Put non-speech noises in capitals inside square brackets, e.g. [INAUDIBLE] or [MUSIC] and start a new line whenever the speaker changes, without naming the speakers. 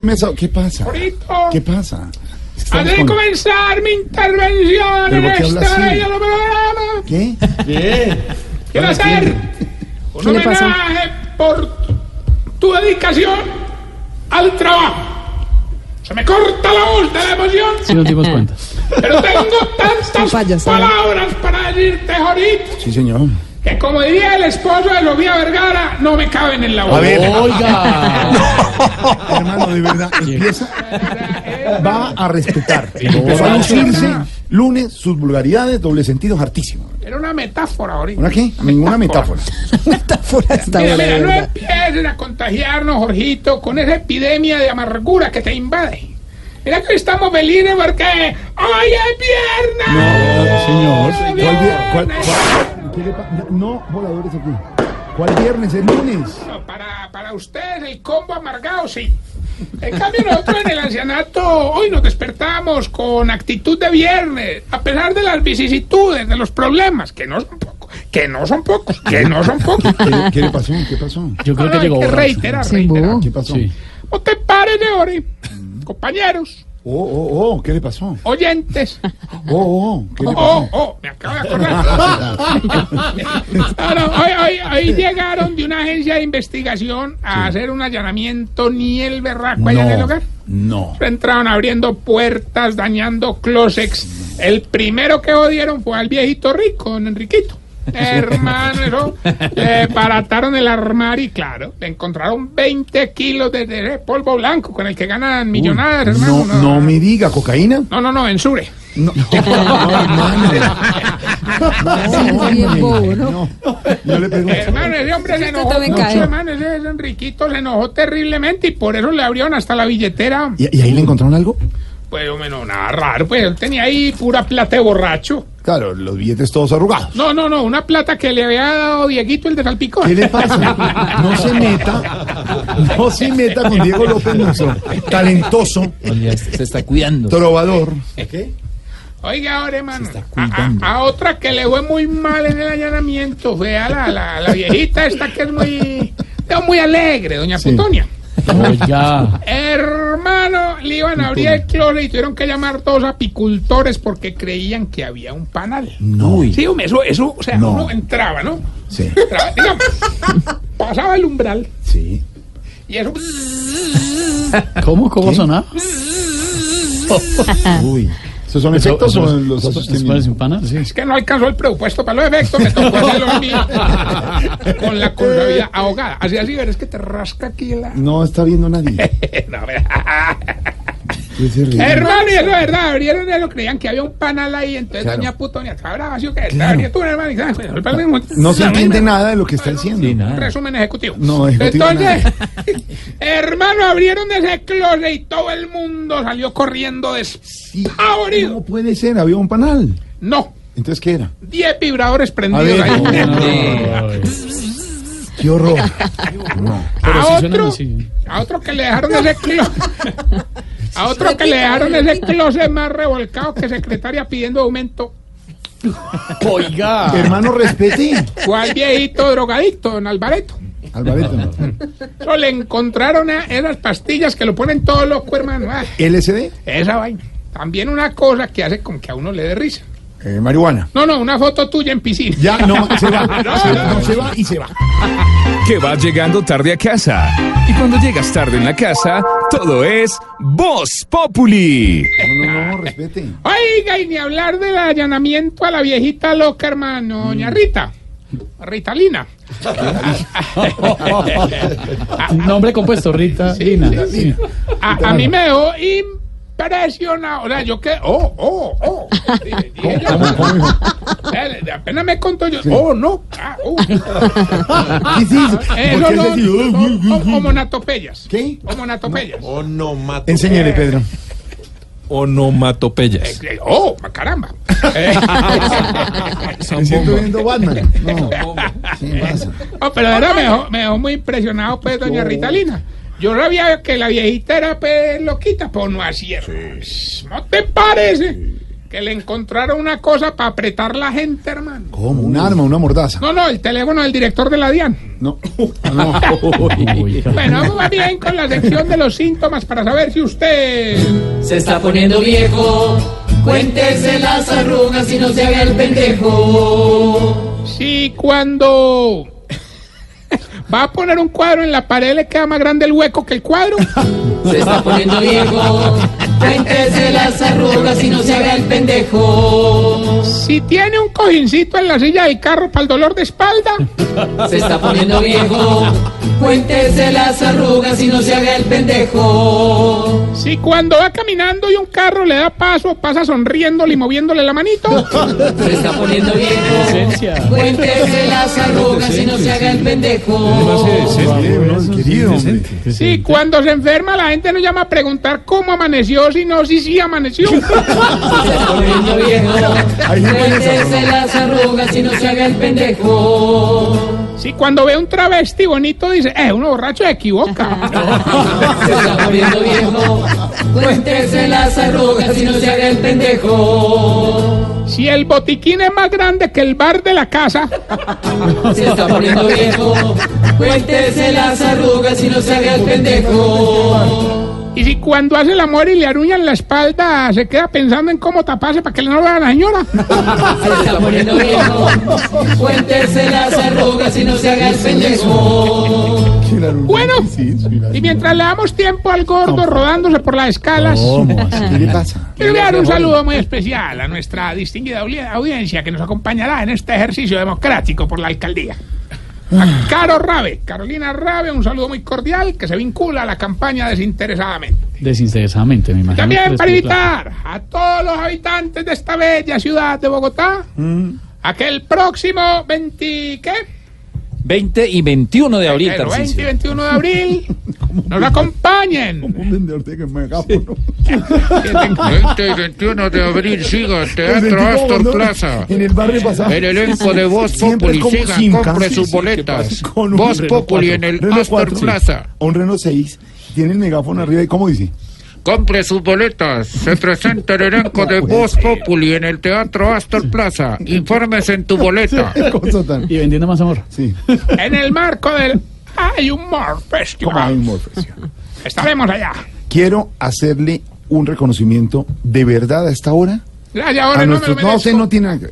Mesa, ¿Qué pasa? ¿Qué pasa? Es que estamos
Antes de
con-
comenzar mi intervención
¿Pero
en
por qué habla
este
así?
bello programa,
¿Qué?
quiero hacer un
le pasa?
homenaje por tu- tu dedicación al trabajo. Se me corta la voz de la emoción,
Si nos dimos cuenta.
[LAUGHS] pero tengo tantas
fallas, ¿eh? ¿sabes?
palabras para decirte, Jorito,
Sí, señor.
que como diría el esposo de Sofía Vergara, no me caben en la boca.
[LAUGHS] Hermano, de verdad, empieza. Va a respetar. Va a lucirse lunes sus vulgaridades, doble sentido, hartísimo.
Era una metáfora ahorita.
¿Una qué? Ninguna metáfora.
Mira, mira, no empieces a contagiarnos, Jorgito, con esa epidemia de amargura que te invade. Mira que hoy estamos felices porque hoy es viernes.
Señor. ¿Cuál, vi- cuál-
Viernes.
cuál- ¿Qué le pa- No, voladores aquí. ¿Cuál viernes? ¿Es lunes?
No, Para, para ustedes el combo amargado, sí. En cambio nosotros en el ancianato hoy nos despertamos con actitud de viernes, a pesar de las vicisitudes, de los problemas, que no son pocos, que no son pocos, que no son pocos.
¿Qué, qué le pasó? ¿Qué pasó?
[LAUGHS] Yo creo que
Hay
llegó
que
borracho.
reiterar, reiterar.
¿Qué pasó?
Sí.
No te pares de ore,
Mm.
compañeros,
Oh, oh, oh, ¿qué le pasó? [LAUGHS]
oyentes.
Oh, oh, ¿qué le
Oh,
pasó?
oh, me acabo de acordar. No, no, hoy, hoy- hoy llegaron de una agencia de investigación a hacer un allanamiento ni el berraco allá en el hogar.
no.
Entraron abriendo puertas, dañando closets. El primero que jodieron fue al viejito rico, don Enriquito. Hermano,
[LAUGHS]
eso, le barataron el armario y claro, le encontraron 20 kilos de, de polvo blanco con el que ganan millonadas, hermano.
No, no me diga, ¿cocaína?
no, no, no, en Sure.
No, no, hermano.
bien
No,
bobo,
no, Yo le pregunto.
Hermano, Eh, ese hombre se enojó
también
mucho,
cae.
hermano, ese ese Enriquito se enojó terriblemente y por eso le abrieron hasta la billetera.
¿Y, y ahí le encontraron algo?
Pues, hombre, no, nada raro, pues él tenía ahí pura plata de borracho.
Claro, los billetes todos arrugados.
No, no, no, una plata que le había dado Dieguito el de Salpicón.
¿Qué le pasa? No se meta, no se meta con Diego López Musso, talentoso,
Se está [LAUGHS] cuidando.
trovador.
Oiga, ahora, hermano, a, a- a otra que le fue muy mal en el allanamiento fue a la, la- la viejita esta que es muy, es muy alegre, doña
Sí.
Putonia.
Oiga.
Hermano, le iban a abrir el clore y tuvieron que llamar todos apicultores porque creían que había un panal.
No.
Sí, hombre, eso, eso, o sea,
No.
uno entraba, ¿no?
Sí,
Entraba, digamos, pasaba el umbral
sí.
y eso.
¿Cómo? ¿Cómo
¿Qué?
sonaba?
Uy. ¿Esos son
Eso-
Ah. efectos
eso-
o los
eso- eso parece
asustamientos?
un panal, sí.
Es que no alcanzó el presupuesto para los efectos, me tocó hacerlo a mí con la correa ahogada. Así, así, verás que te rasca aquí la.
No está viendo nadie.
[LAUGHS] No, verá.
Qué terrible.
Hermano, y eso es verdad, abrieron eso, creían que había un panal ahí, entonces
Claro.
doña putonia, estaba brava, así que
Claro.
estaba abriendo una, hermano, y, ¿sabes? El panal-
No se entiende nada de lo que está diciendo.
Sí, nada.
Resumen ejecutivo.
No, ejecutivo
Entonces, [LAUGHS] hermano, abrieron ese closet y todo el mundo salió corriendo despavorido.
No puede ser, había un panal.
No,
Entonces, ¿qué era?
10 vibradores
A
prendidos
ver,
ahí.
no, no, no, no. qué horror. No.
A
sí suenan
otro,
así.
a otro que le dejaron ese closet. A otro que le dejaron ese closet más revolcado que secretaria pidiendo aumento. Ah.
Oiga. [LAUGHS]
Hermano, respete.
¿Cuál viejito drogadicto, don Alvareto?
Alvareto.
Eso le encontraron a esas pastillas que lo ponen todo loco, hermano. Ah,
¿LSD?
esa vaina. También una cosa que hace con que a uno le dé risa.
Eh, marihuana.
No, no, una foto tuya en piscina.
Ya, no, se va.
[LAUGHS] No,
se,
no,
va,
no.
se va y se va.
que vas llegando tarde a casa. Y cuando llegas tarde en la casa, todo es Voz Populi.
No, no, no, respete.
Oiga, y ni hablar del allanamiento a la viejita loca, hermano, doña Rita. Ritalina.
Nombre compuesto, Rita. Lina. Sí.
A, a mí me dejó impresionado. O sea, yo que. Oh, oh, oh. Dije-
[LAUGHS]
dije yo, eh, Apenas me contó yo. Oh, no. Ah,
[LAUGHS]
oh.
Ah, Sí, sí.
Eso
¿Por qué
Ah, eh, no,
hace así?
son hom- homonatopeyas.
¿Qué?
Homonatopeyas.
Enséñele, Pedro.
Onomatopeyas.
Eh, Oh, caramba. Eh,
Me siento viendo Batman. No. ¿Qué pasa?
oh, pero de verdad me dejó, me dejó muy impresionado, pues, doña Ritalina. Yo sabía que la viejita era pues, loquita, pero no así. era. No te parece que le encontraron una cosa para apretar la gente, hermano.
Como un arma, una mordaza.
No, no, el teléfono del director de la DIAN.
No. Ah, no.
Uy,
Bueno, vamos más bien con la sección de los síntomas para saber si usted...
Se está poniendo viejo. Cuéntese las arrugas y no se haga el pendejo.
Si cuando... Va a poner un cuadro en la pared, le queda más grande el hueco que el cuadro.
Se está poniendo viejo. Cuéntese las arrugas y no se haga el pendejo.
Si tiene un cojincito en la silla del carro para el dolor de espalda.
Se está poniendo viejo. Cuéntese las arrugas y no se haga el pendejo.
Si cuando va caminando y un carro le da paso, pasa sonriéndole y moviéndole la manito.
Se está poniendo viejo.
Esencia.
Cuéntese las arrugas y no se haga el pendejo.
querido, hombre.
Si cuando se enferma la gente no llama a preguntar cómo amaneció, sino si sí amaneció.
Se está poniendo viejo. Cuéntese las arrugas y no se haga el pendejo.
Si cuando ve un travesti bonito dice, eh, uno borracho se equivoca.
Se está poniendo viejo. Cuéntese las arrugas y no se haga el pendejo.
Si el botiquín es más grande que el bar de la casa.
Se está poniendo viejo. Cuéntese las arrugas y no se haga el pendejo.
Y si cuando hace el amor y le aruñan la espalda, se queda pensando en cómo taparse para que no lo vea la señora.
Se está poniendo viejo. Cuéntese las arrugas y no se haga el pendejo.
Bueno, y mientras le damos tiempo al gordo rodándose por las escalas,
¿Cómo así? ¿Qué le pasa?
quiero dar un saludo muy especial a nuestra distinguida audi- audiencia que nos acompañará en este ejercicio democrático por la alcaldía. A Caro Rabe, Carolina Rabe, un saludo muy cordial que se vincula a la campaña desinteresadamente.
Desinteresadamente, me imagino.
También
que
para
después la-
invitar a todos los habitantes de esta bella ciudad de Bogotá
Mm.
a que el próximo 20, ¿qué?
20 y 21 de abril,
El 20 y
Tarcisio.
21
[LAUGHS]
de abril nos
Como
acompañen.
un vende Ortega en megáfono.
20 y 21 de abril, siga Teatro Astor Plaza.
En el barrio pasado.
El elenco de Voz
Siempre es
Populi,
como
siga,
Simca.
compre
Sí, sí,
sus
¿qué pasa?
boletas.
Con un
Voz
Renault
Populi
cuatro.
en el
Renault
Astor
cuatro, sí.
Plaza.
Un Renault 6. Tiene el megáfono arriba. ¿Y cómo dice?
[LAUGHS] Compre sus boletas. Se presenta el elenco de Voz Populi en el Teatro Astor Plaza. Informes en tu boleta.
Qué cosa tan.
Y vendiendo más amor.
Sí.
En el marco del Hay Humor
Como
Ah.
hay
Festival.
humor, precio.
Estaremos allá.
pues, Quiero hacerle un reconocimiento de verdad a esta hora.
Gracias,
A
ahora no me lo
nuestros. No,
merezco.
usted no tiene nada que ver.